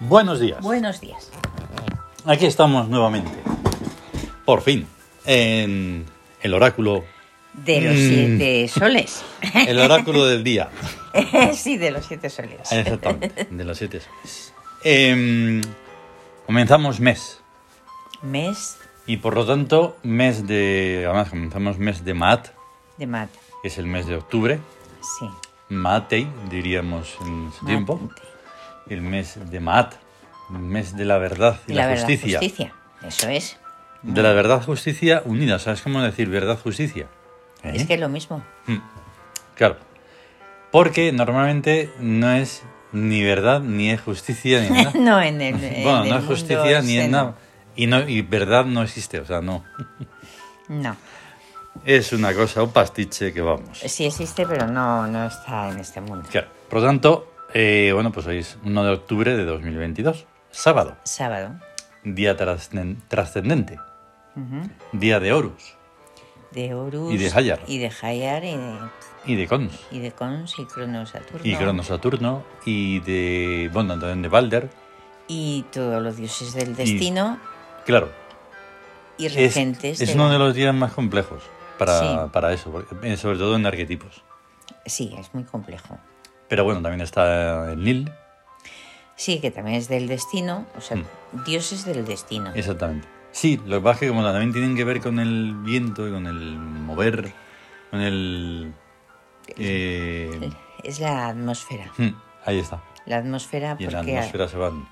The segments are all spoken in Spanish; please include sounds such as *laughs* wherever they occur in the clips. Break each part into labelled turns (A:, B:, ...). A: Buenos días.
B: Buenos días.
A: Aquí estamos nuevamente. Por fin. En el oráculo.
B: De los
A: Mm.
B: siete soles. *laughs*
A: El oráculo del día.
B: sí, de los siete soles.
A: Exactamente. De los siete soles. Em, comenzamos mes.
B: Mes
A: Y por lo tanto, mes de. Además, comenzamos mes de Mat,
B: de mat.
A: que es el mes de octubre.
B: Sí.
A: Matei, diríamos en su tiempo.
B: Mat.
A: El mes de Mat. El mes de la verdad y
B: Y
A: la,
B: la, verdad, justicia. Eso es.
A: De la verdad, justicia unida. ¿Sabes cómo decir verdad, justicia? ¿Eh?
B: Es que es lo mismo.
A: Claro. Porque normalmente no es ni verdad, ni es justicia, ni nada. *laughs*
B: *laughs* no en el. en
A: bueno,
B: el
A: no es
B: mundo
A: justicia, ni es
B: zen.
A: nada. Y, no, y verdad no existe, o sea, no.
B: No.
A: Es una cosa, un pastiche que vamos.
B: Sí existe, pero no, no está en este mundo.
A: Claro. Por lo tanto, eh, bueno, pues hoy es 1 de octubre de 2022, sábado,
B: Sábado.
A: día trascen- trascendente,
B: ujú,
A: día de Horus
B: De Horus.
A: Y de Hayar.
B: Y de Hayar y de,
A: y de Cons.
B: y de Cons y Cronos Saturno.
A: Y Crono Saturno y de, bueno, también de Balder.
B: Y todos los dioses del destino
A: Claro,
B: y,
A: es,
B: regentes.
A: es
B: de-
A: uno de los días más complejos para,
B: este Sí.
A: para eso, porque- eh, sobre todo en arquetipos.
B: Sí, es muy complejo.
A: Pero bueno, también está el Nil,
B: Sí, que también es del destino, o sea,
A: Mm.
B: dioses del destino.
A: exactamente. Sí, lo que pasa es que como también tienen que ver con el viento y con el mover, con el... eh,
B: Es la atmósfera.
A: hmm, ahí está.
B: La atmósfera
A: Y en
B: Ah, porque
A: la atmósfera se van.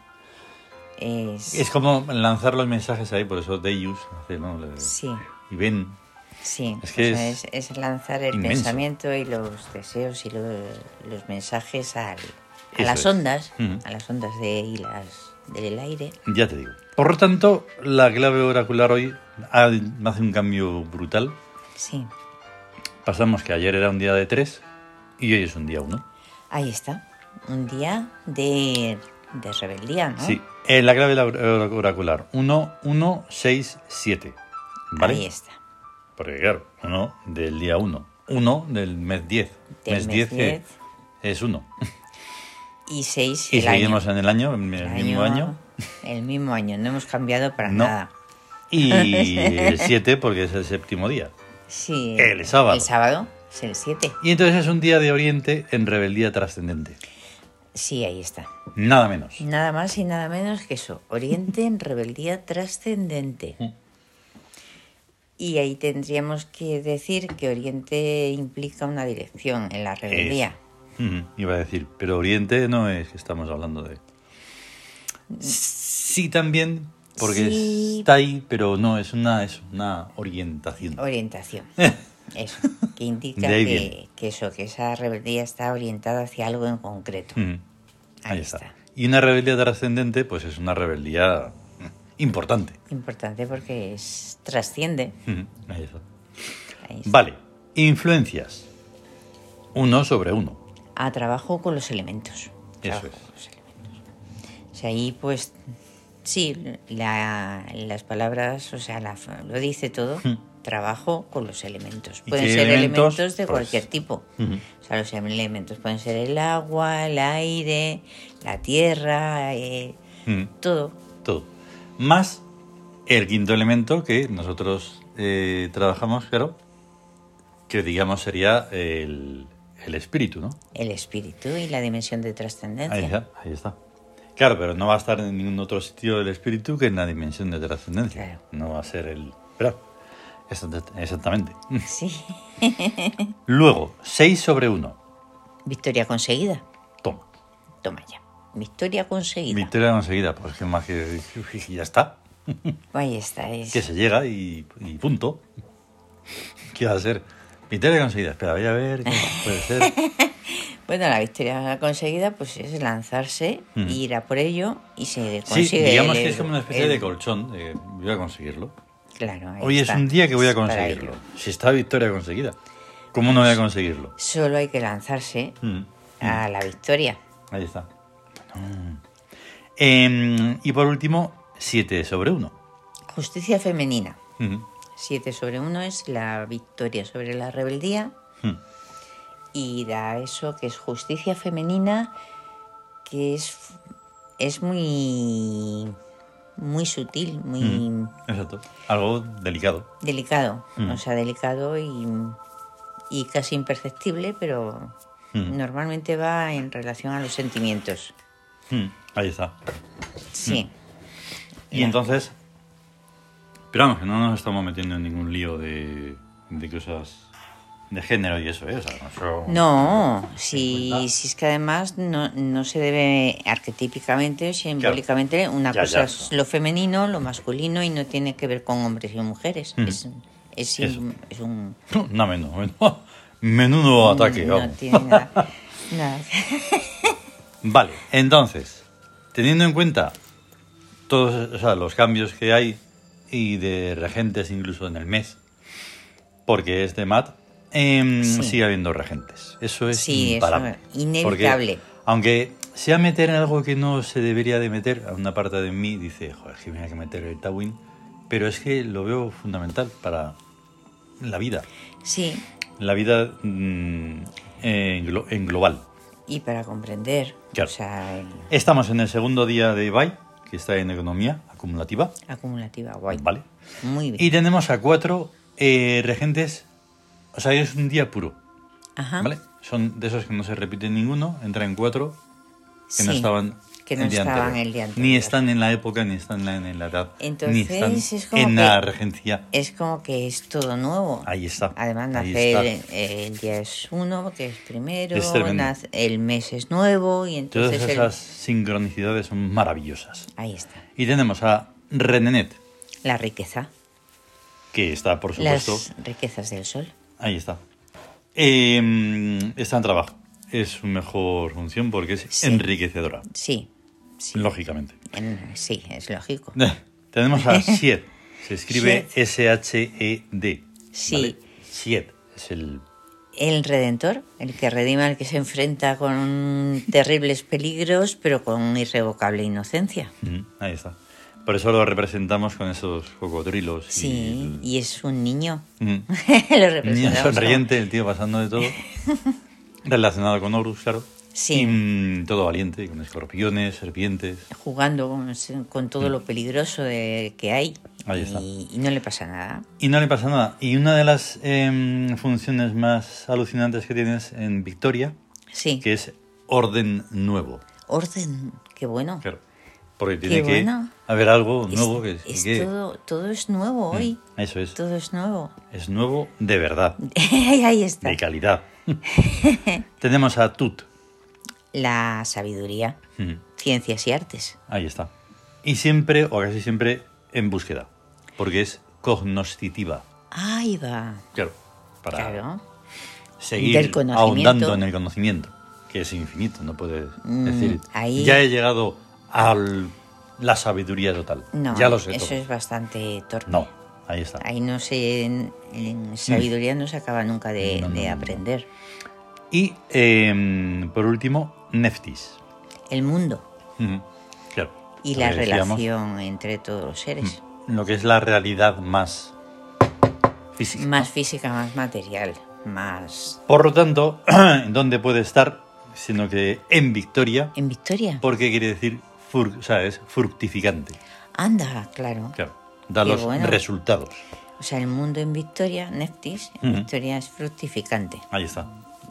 B: es...
A: Es como lanzar los mensajes ahí, por eso Deus hace, ¿no? Le-
B: Sí,
A: Y ven,
B: sí.
A: Es que
B: o sea,
A: es
B: es lanzar el
A: inmenso.
B: pensamiento y los deseos y lo- los mensajes al- a
A: Eso
B: las
A: es.
B: ondas,
A: Ujú.
B: a las ondas de, y las- del aire.
A: ya te digo. Por lo tanto, la clave oracular hoy ha- hace un cambio brutal.
B: Sí,
A: Pasamos que ayer era un día de 3 y hoy es un día 1.
B: ahí está. Un día de, de rebeldía, ¿no?
A: Sí, eh, la clave la- or- oracular. 1, 1, 6, 7. ¿Vale?
B: Ahí está.
A: Porque claro, 1 del día 1. 1 del mes 10.
B: Del
A: mes
B: mes
A: 10 que
B: 10.
A: es 1.
B: Y seis
A: Y
B: el año.
A: seguimos en el año, en el, mismo año.
B: El mismo año, no hemos cambiado para
A: No.
B: nada. *laughs*
A: Y el 7 porque es el séptimo día.
B: Sí.
A: El sábado.
B: El sábado es el 7.
A: Y entonces es un día de oriente en rebeldía trascendente.
B: Sí, ahí está.
A: Nada menos.
B: Nada más y nada menos que eso. Oriente en rebeldía trascendente.
A: Mm.
B: Y ahí tendríamos que decir que Oriente implica una dirección en la rebeldía.
A: Ujú, Iba a decir, pero Oriente no es que estamos hablando de. Sí, también, porque
B: Sí.
A: está ahí, pero no, es una, es una orientación. *laughs*
B: Orientación. Eso. Que indica
A: De ahí
B: que,
A: viene.
B: que eso, que esa rebeldía está orientada hacia algo en concreto.
A: Ujú,
B: Ahí
A: Mm, Ahí
B: está.
A: está. Y una rebeldía trascendente, pues es una rebeldía importante.
B: Importante porque es, trasciende.
A: Ujú, Ahí está.
B: Ahí está.
A: Vale, influencias. Uno sobre uno.
B: a trabajo con los elementos. Trabajo
A: es.
B: con los elementos. O sea, ahí pues sí, la- las palabras, o sea, la fa- lo dice todo.
A: Hmm.
B: Trabajo con los elementos.
A: ¿Y
B: Pueden
A: qué
B: ser
A: elementos?
B: elementos, de
A: Pues-
B: cualquier tipo.
A: Ujú.
B: O sea, los elementos pueden ser el agua, el aire, la tierra, eh,
A: Ujú.
B: todo.
A: todo. Más el quinto elemento que nosotros eh, trabajamos, claro, que digamos sería el, el espíritu, ¿no?
B: El espíritu y la dimensión de
A: Ahí
B: trascendencia.
A: está, ahí está. Claro, pero no va a estar en ningún otro sitio el espíritu que en la dimensión de trascendencia.
B: Claro.
A: No va a ser el... ¿verdad? Exact- Exactamente.
B: Sí,
A: Luego, 6 sobre 1.
B: victoria conseguida.
A: Toma.
B: Toma ya. Victoria conseguida.
A: Victoria conseguida. Pues que más que... Ya está.
B: Ahí está. Es...
A: que se llega y, y punto. ¿Qué va a ser? Victoria conseguida. Espera, voy a ver qué puede
B: *laughs*
A: ser.
B: Bueno, la victoria conseguida pues es lanzarse,
A: Ujú.
B: ir a por ello y se consigue.
A: Sí, digamos
B: el-
A: que es como una especie
B: el-
A: de colchón. de voy a conseguirlo.
B: Claro. ahí
A: Hoy es
B: está.
A: un día que voy a
B: Es para
A: conseguirlo.
B: ello.
A: Si está victoria conseguida, ¿cómo no voy a conseguirlo?
B: Solo hay que lanzarse
A: Mm,
B: a la victoria.
A: Ahí está. Mm. Em, y por último, 7 sobre Mm, 1.
B: Justicia femenina. 7 sobre 1 es la victoria sobre la rebeldía
A: mm,
B: y da eso que es justicia femenina, que es es muy, muy sutil, muy
A: Mm, Exacto. Algo delicado.
B: delicado.
A: Mm.
B: O sea, delicado y, y casi imperceptible, pero
A: Mm.
B: normalmente va en relación a los sentimientos.
A: Mm, Ahí está.
B: Sí.
A: Mm. Y
B: Ya.
A: entonces. Pero vamos, que no nos estamos metiendo en ningún lío de, de cosas de género y eso, ¿eh? O sea, eso-
B: No, si,
A: cuenta.
B: si es que además no, no se debe arquetípicamente, simbólicamente, una
A: Ya,
B: cosa
A: ya.
B: es lo femenino, lo masculino y no tiene que ver con hombres y mujeres.
A: Mm.
B: Es, es,
A: Eso.
B: sim- es un...
A: *laughs* No, menudo, menudo, menudo ataque.
B: no
A: Oh, vamos.
B: tiene
A: *laughs*
B: nada- nada.
A: Vale, entonces, teniendo en cuenta todos o sea, los cambios que hay y de regentes incluso en el mes, porque es de MAT, em,
B: Sí.
A: sigue habiendo regentes. Eso es
B: Sí, eso
A: imparable.
B: es inevitable.
A: Porque, aunque sea meter en algo que no se debería de meter, a una parte de mí dice, joder, es que me hay que meter el Tawin, pero es que lo veo fundamental para la vida,
B: Sí,
A: la vida mm, en, glo- en global.
B: y para comprender.
A: Claro.
B: O sea, el-
A: Estamos en el segundo día de Ibai, que está en economía acumulativa.
B: acumulativa, guay.
A: Vale.
B: Muy bien.
A: Y tenemos a cuatro eh, regentes. O sea, es un día puro.
B: Ajá.
A: ¿Vale? Son de esos que no se repite ninguno. Entran cuatro que no
B: Sí,
A: estaban,
B: que no
A: el, día
B: estaban
A: anterior.
B: el día
A: Ni
B: anterior.
A: están en la época, ni están en la, en la edad. ni
B: Entonces,
A: están
B: es como
A: en
B: que-
A: la regencia.
B: Es como que es todo nuevo.
A: Ahí está,
B: Además,
A: ahí
B: nace el,
A: está.
B: el día es uno, que es primero,
A: Es tremendo.
B: nace- el mes es nuevo y
A: Todas
B: entonces... el-
A: esas sincronicidades son maravillosas.
B: Ahí está.
A: Y tenemos a Renenet,
B: La riqueza.
A: que está, por
B: Las
A: supuesto,
B: riquezas del sol.
A: Ahí está. Eh, está en trabajo. Es su mejor función porque es
B: Sí.
A: enriquecedora,
B: Sí. Sí,
A: lógicamente.
B: *laughs* En- sí, es lógico.
A: Tenemos a Sied. Se escribe
B: Sied.
A: S-H-E-D.
B: Sí.
A: ¿vale? Sied es el...
B: El redentor, el que redima, el que se enfrenta con
A: *laughs*
B: terribles peligros, pero con irrevocable inocencia.
A: Mm, Ahí está. Por eso lo representamos con esos cocodrilos.
B: Sí,
A: Y...
B: y es un niño. *laughs*
A: Mm.
B: Lo
A: Niño *laughs*
B: representamos como-
A: sonriente, el tío pasando de todo.
B: *laughs*
A: Relacionado con Horus, claro.
B: Sí.
A: Y, mm, todo valiente, con escorpiones, serpientes.
B: jugando con, con todo lo peligroso de, que hay
A: Mm. Ahí está.
B: Y, y no le pasa nada.
A: Y no le pasa nada. Y una de las em, funciones más alucinantes que tienes en Victoria,
B: Sí.
A: que es orden nuevo.
B: Orden, qué bueno.
A: Claro. Porque
B: Qué
A: tiene que
B: bueno.
A: haber algo
B: Es-
A: nuevo que,
B: es
A: que-
B: todo, todo es nuevo
A: Mm.
B: hoy.
A: Eso es.
B: Todo es nuevo. *laughs*
A: Es nuevo de verdad,
B: Ahí está.
A: de
B: *laughs*
A: calidad. Tenemos a Tut.
B: La sabiduría,
A: Mm,
B: ciencias y artes.
A: Ahí está. Y siempre, o casi siempre, en búsqueda. Porque es cognoscitiva.
B: Ahí va.
A: Claro. Para
B: Claro.
A: seguir
B: Del conocimiento.
A: ahondando en el conocimiento, que es infinito, no puedes
B: Mm,
A: decir,
B: ahí-
A: ya he llegado a la sabiduría total.
B: No,
A: ya lo sé
B: eso
A: todo".
B: es bastante torpe.
A: No, ahí está.
B: Ahí no se. En, en sabiduría no se acaba nunca de,
A: No, no,
B: de
A: no, no.
B: aprender.
A: Y em, por último, Neftis.
B: El mundo
A: Ujú, Claro.
B: y
A: Lo
B: la
A: que decíamos, Mm.
B: relación entre todos los seres.
A: Lo que es la realidad más física.
B: Más física, más material, más...
A: Por lo tanto, *clears throat* ¿dónde puede estar? Sino que en victoria,
B: En Victoria.
A: porque quiere decir, fur- o sea, es fructificante.
B: Anda, claro.
A: Claro, da
B: Qué
A: los
B: bueno.
A: resultados.
B: O sea, el mundo en Victoria, Neftis, en
A: Ujú.
B: Victoria es fructificante.
A: Ahí está.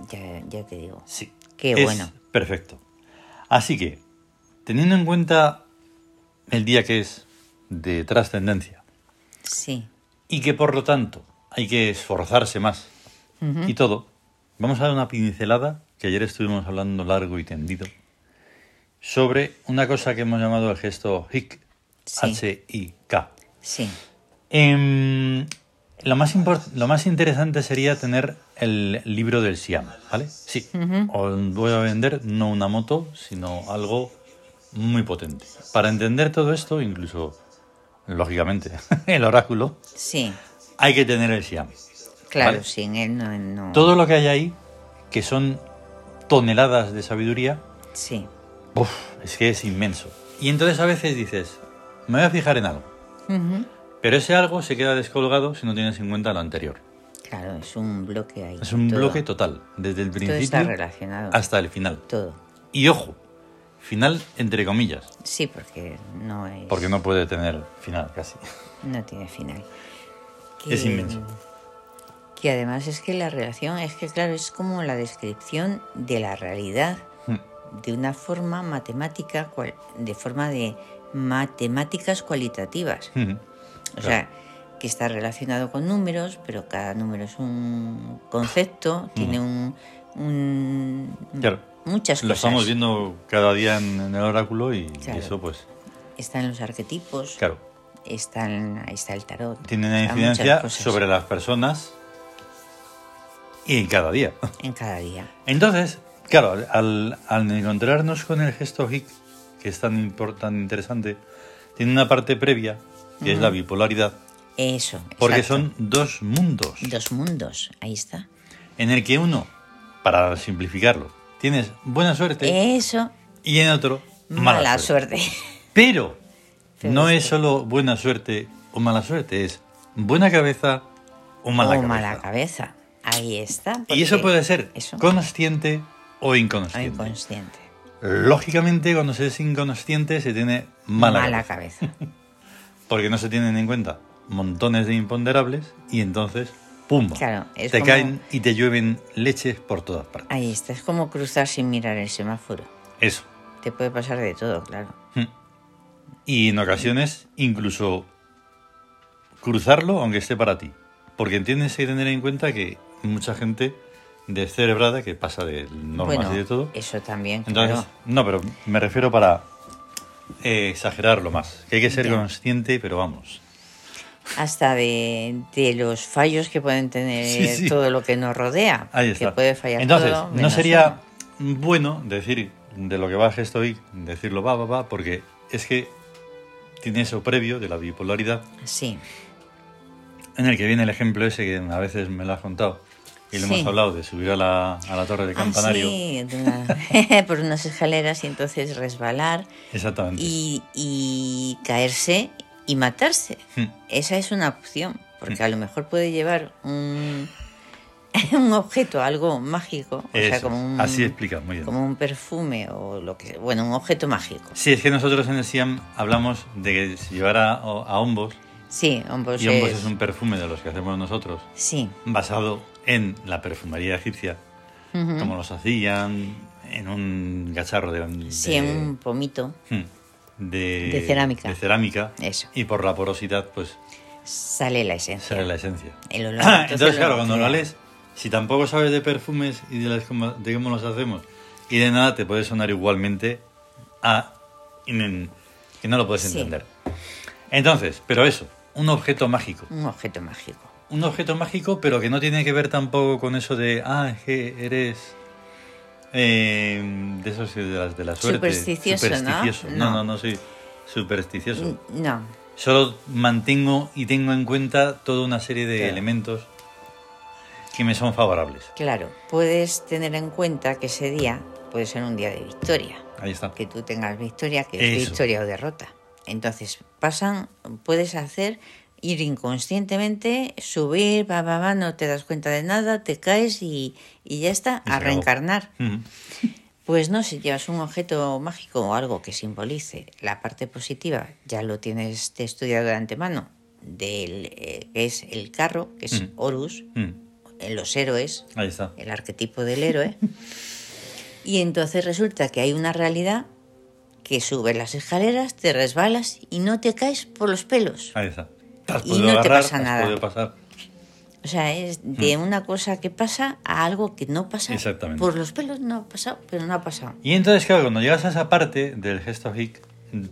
B: Ya, ya te digo.
A: Sí.
B: Qué
A: Es
B: bueno.
A: Perfecto. Así que, teniendo en cuenta el día que es de trascendencia
B: Sí.
A: y que por lo tanto hay que esforzarse más y todo, vamos a dar una pincelada que ayer estuvimos hablando largo y tendido sobre una cosa que hemos llamado el gesto HIK.
B: Sí.
A: H-I-K.
B: Sí.
A: Em, lo, más import- lo más interesante sería tener el libro del Siam, ¿vale? Sí. Os voy a vender no una moto, sino algo muy potente. Para entender todo esto, incluso, lógicamente, *laughs* el oráculo,
B: Sí.
A: hay que tener el Siam.
B: Claro,
A: Vale.
B: sin él no... no-
A: Todo lo que hay ahí, que son toneladas de sabiduría,
B: Sí.
A: uf, es que es inmenso. Y entonces a veces dices, me voy a fijar en algo,
B: Ujú.
A: pero ese algo se queda descolgado si no tienes en cuenta lo anterior.
B: Claro, es un bloque ahí.
A: Es un
B: todo.
A: bloque total, desde el
B: Todo
A: principio
B: está relacionado.
A: hasta el final.
B: Todo.
A: Y ojo, Final entre comillas,
B: Sí, porque no es.
A: porque no puede tener final
B: *laughs*
A: casi.
B: No tiene final.
A: Es inmenso.
B: Que además es que la relación, es que claro, es como la descripción de la realidad
A: Mm.
B: de una forma matemática, cual- de forma de matemáticas cualitativas.
A: Mm.
B: O
A: Claro.
B: sea, que está relacionado con números, pero cada número es un concepto, tiene un. un-
A: Mm. Claro.
B: Muchas
A: Lo
B: cosas.
A: estamos viendo cada día en, en el oráculo y, y
B: Claro.
A: eso pues,
B: Están los arquetipos,
A: claro,
B: están, ahí está el tarot.
A: tiene una
B: están muchas
A: incidencia
B: cosas
A: sobre las personas y en cada día.
B: En cada día.
A: Entonces, claro, al, al encontrarnos con el gesto hic, que es tan, impor- tan interesante, tiene una parte previa, que es la bipolaridad,
B: Eso.
A: porque
B: exacto.
A: son dos mundos,
B: Dos mundos, ahí está.
A: en el que uno, para simplificarlo, tienes buena suerte
B: Eso,
A: y en otro
B: Eh, mala,
A: mala, suerte.
B: suerte.
A: Pero,
B: Pero
A: no
B: sí.
A: es solo buena suerte o mala suerte, es buena cabeza o mala
B: *laughs* o
A: cabeza.
B: mala cabeza. Ahí está.
A: Y eso
B: porque
A: puede ser
B: eso,
A: consciente o
B: o
A: inconsciente.
B: inconsciente.
A: Lógicamente, cuando se es inconsciente, se tiene mala, cabeza,
B: cabeza.
A: porque no se tienen en cuenta montones de imponderables y entonces, ¡pumba!
B: Claro, es
A: te
B: como-
A: caen y te llueven leches por todas partes.
B: Ahí está. Es como cruzar sin mirar el semáforo.
A: Eso.
B: Te puede pasar de todo, claro.
A: Y en ocasiones, incluso cruzarlo, aunque esté para ti. Porque tienes que tener en cuenta que mucha gente descerebrada que pasa de normas
B: bueno,
A: y de todo.
B: eso también,
A: Entonces,
B: claro.
A: no, pero me refiero para eh, exagerarlo más. Que hay que ser
B: Ya.
A: consciente, pero vamos.
B: Hasta de, de los fallos que pueden tener
A: Sí, sí.
B: todo lo que nos rodea.
A: Ahí está.
B: Que puede fallar
A: Entonces,
B: todo.
A: no
B: menos
A: sería
B: uno.
A: bueno decir de lo que va esto y decirlo va, va, va, porque es que tiene eso previo de la bipolaridad,
B: Sí,
A: en el que viene el ejemplo ese que a veces me lo has contado y lo
B: Sí.
A: hemos hablado de subir a la, a la torre de
B: Ah,
A: campanario.
B: sí, de una- *laughs* por unas escaleras y entonces resbalar
A: Exactamente.
B: y, y caerse y matarse.
A: Hmm.
B: Esa es una opción, porque a lo mejor puede llevar un, *laughs* un objeto, algo mágico, o sea,
A: *laughs* Eso,
B: como un,
A: Así explicas, muy bien.
B: como un perfume o lo que bueno, un objeto mágico.
A: Sí, es que nosotros en el SIAM hablamos de que si llevara a, a hombos,
B: Sí, hombros
A: y hombos
B: Pues es-
A: es un perfume de los que hacemos nosotros,
B: Sí,
A: basado en la perfumería egipcia,
B: ujú.
A: como los hacían en un cacharro de, de, hmm,
B: sí, en un pomito.
A: de-
B: de cerámica.
A: de cerámica,
B: Eso.
A: y por la porosidad pues
B: Sale la esencia.
A: sale la esencia. *laughs*
B: *coughs* El olor.
A: Entonces,
B: el
A: claro,
B: olor
A: cuando lo
B: queda.
A: lees, si tampoco sabes de perfumes y de, las cómo- de cómo los hacemos y de nada, te puede sonar igualmente a in- que no lo puedes
B: Sí.
A: entender. Entonces, pero eso, un objeto mágico.
B: Un objeto mágico.
A: Un objeto mágico, pero que no tiene que ver tampoco con eso de, ah, es que eres... eh, de esos de las de la suerte.
B: Supersticioso, ¿no?
A: Supersticioso. No,
B: No.
A: no, no soy supersticioso.
B: N- No,
A: Solo mantengo y tengo en cuenta toda una serie de
B: Claro.
A: elementos que me son favorables.
B: Claro, puedes tener en cuenta que ese día puede ser un día de victoria,
A: Ahí está.
B: que tú tengas victoria, que es
A: Eso.
B: victoria o derrota. Entonces, pasan, puedes hacer ir inconscientemente, subir, va, va, va, no te das cuenta de nada, te caes y, y ya está,
A: Y se
B: a
A: acabó.
B: reencarnar.
A: Ujú.
B: Pues no, si llevas un objeto mágico o algo que simbolice la parte positiva, ya lo tienes estudiado de antemano, del, eh, que es el carro, que es
A: Mm.
B: Horus,
A: Mm.
B: en los héroes,
A: Ahí está.
B: el arquetipo del
A: *laughs*
B: héroe. Y entonces resulta que hay una realidad que sube las escaleras, te resbalas y no te caes por los pelos.
A: Ahí está. Te has
B: Y
A: podido
B: no te
A: agarrar,
B: pasa
A: has
B: nada.
A: podido pasar.
B: O sea, es de una cosa que pasa a algo que no pasa.
A: Mm. Exactamente.
B: Por los pelos no ha pasado, pero no ha pasado.
A: Y entonces, claro, cuando llegas a esa parte del gesto hic,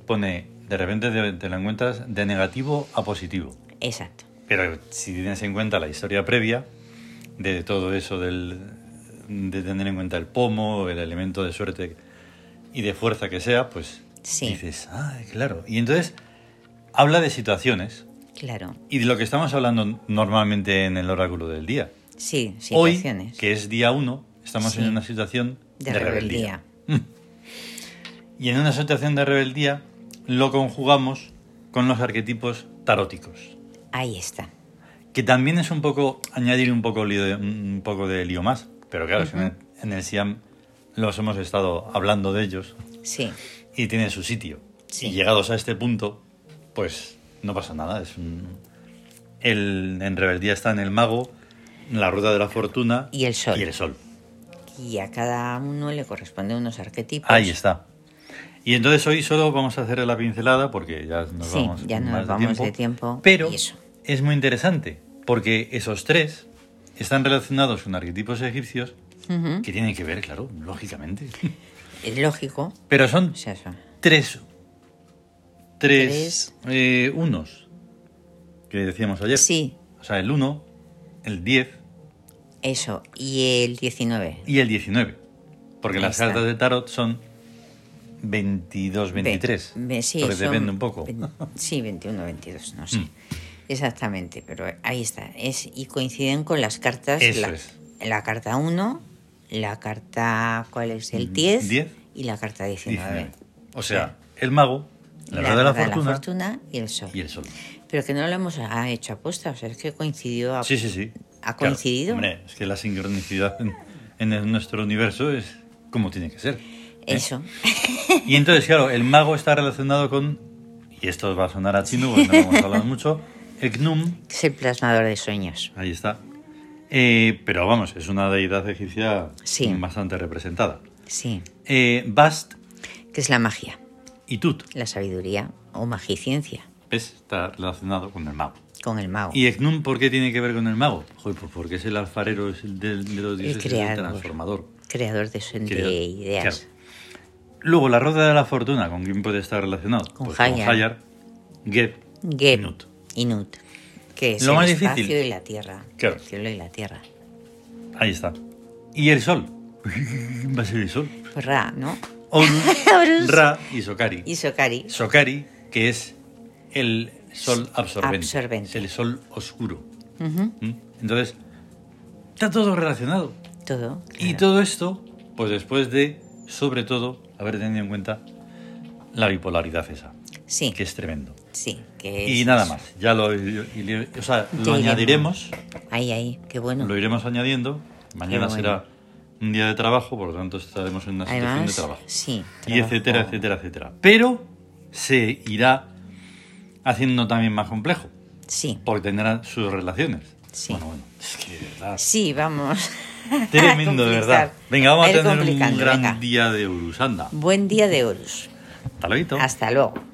A: pone, de repente te, te lo encuentras de negativo a positivo.
B: Exacto.
A: Pero si tienes en cuenta la historia previa de todo eso, del, de tener en cuenta el pomo, el elemento de suerte y de fuerza que sea, pues
B: Sí.
A: dices, ah, claro. Y entonces habla de situaciones
B: Claro.
A: y de lo que estamos hablando normalmente en el oráculo del día.
B: Sí,
A: Hoy,
B: situaciones.
A: que es día uno, estamos
B: Sí.
A: en una situación de,
B: de, rebeldía.
A: rebeldía. Y en una situación de rebeldía lo conjugamos con los arquetipos taróticos
B: Ahí está.
A: que también es un poco añadir un poco lío de, un poco de lío más pero claro es que en, el, en el Siam los hemos estado hablando de ellos
B: Sí.
A: y tiene su sitio.
B: Sí.
A: Y llegados a este punto, pues no pasa nada. Es un... el, en rebeldía está en el mago, en la rueda de la fortuna
B: Y el sol.
A: Y el sol.
B: Y a cada uno le corresponden unos arquetipos.
A: Ahí está. Y entonces hoy solo vamos a hacer la pincelada porque ya nos
B: Sí,
A: vamos,
B: ya nos
A: más
B: vamos de tiempo
A: Pero
B: y eso.
A: es muy interesante porque esos tres están relacionados con arquetipos egipcios
B: Ujú.
A: que tienen que ver, claro, lógicamente. *laughs*
B: Es lógico.
A: Pero son
B: O sea, eso.
A: tres, tres eh, unos que decíamos ayer.
B: Sí,
A: O sea, el 1, el 10
B: eso. Y el 19.
A: y el 19. Porque
B: Ahí
A: las
B: está.
A: cartas de tarot son 22, 23.
B: Ve- ve- sí,
A: porque
B: son
A: depende un poco.
B: ve- Sí, 21, 22, no sé.
A: Mm.
B: Exactamente, pero ahí está. Es, y coinciden con las cartas.
A: Eso
B: la,
A: es.
B: la carta 1, la carta, ¿cuál es? El 10,
A: Mm, diez.
B: y la carta 19.
A: 19. O sea, el mago, la rueda de la fortuna
B: y el sol.
A: y el sol.
B: Pero que no lo hemos ah, hecho apuesta, o sea, es que coincidió a...
A: Sí, sí, sí.
B: ¿Ha
A: Claro,
B: coincidido?
A: hombre, es que la sincronicidad en, en el- nuestro universo es como tiene que ser. ¿eh?
B: Eso.
A: Y entonces, claro, el mago está relacionado con, y esto os va a sonar a chino porque no lo hemos hablado mucho, el Gnum,
B: Es el plasmador de sueños.
A: Ahí está. Eh, pero vamos, es una deidad egipcia
B: Sí.
A: bastante representada.
B: Sí,
A: Eh, Bast
B: que es la magia,
A: y Tut,
B: la sabiduría o magiciencia
A: ¿ves? Está relacionado con el mago.
B: con el mago.
A: ¿Y Eknum por qué tiene que ver con el mago? Joder, pues porque es el alfarero, es el del- de, los dioses, es el
B: creador.
A: transformador.
B: Creador de, suen- de
A: Creo-
B: ideas.
A: claro. Luego, la rueda de la fortuna, ¿con quién puede estar relacionado?
B: Con
A: pues
B: Hayar.
A: con Hayar, Geb,
B: Geb,
A: Nut.
B: Inut. Que es
A: Lo
B: el
A: más
B: espacio
A: difícil.
B: y la tierra.
A: Claro.
B: El cielo y la tierra.
A: Ahí está. Y el sol. *laughs* Va a ser el sol.
B: Pues Ra, ¿no? *laughs*
A: Horus,
B: Horus.
A: Ra y Sokari.
B: Y Sokari.
A: Sokari, que es el sol absorbente,
B: Absorbente.
A: es el sol oscuro.
B: Ujú,
A: ¿Mm? Entonces, está todo relacionado.
B: Todo.
A: Y
B: claro.
A: todo esto, pues después de, sobre todo, haber tenido en cuenta la bipolaridad esa,
B: Sí,
A: que es tremendo.
B: sí. Que
A: Y
B: es-
A: nada más, ya lo, y- y- o sea, lo
B: Ya iremos.
A: añadiremos,
B: Ahí, ahí. Qué bueno.
A: lo iremos añadiendo. Mañana
B: bueno.
A: será un día de trabajo, por lo tanto estaremos en una situación
B: Además,
A: de trabajo
B: sí.
A: y
B: trabajo.
A: etcétera, etcétera, etcétera. Pero se irá haciendo también más complejo,
B: Sí.
A: porque tendrá sus relaciones.
B: Sí.
A: Bueno, bueno, es que de
B: *laughs*
A: verdad.
B: Sí, vamos. a
A: Tremendo, de verdad.
B: complicar.
A: Venga, vamos a
B: ir
A: tener un
B: complicando,
A: gran
B: venga.
A: día de Urusanda.
B: Buen día de Horus.
A: Hasta luego.
B: Hasta luego.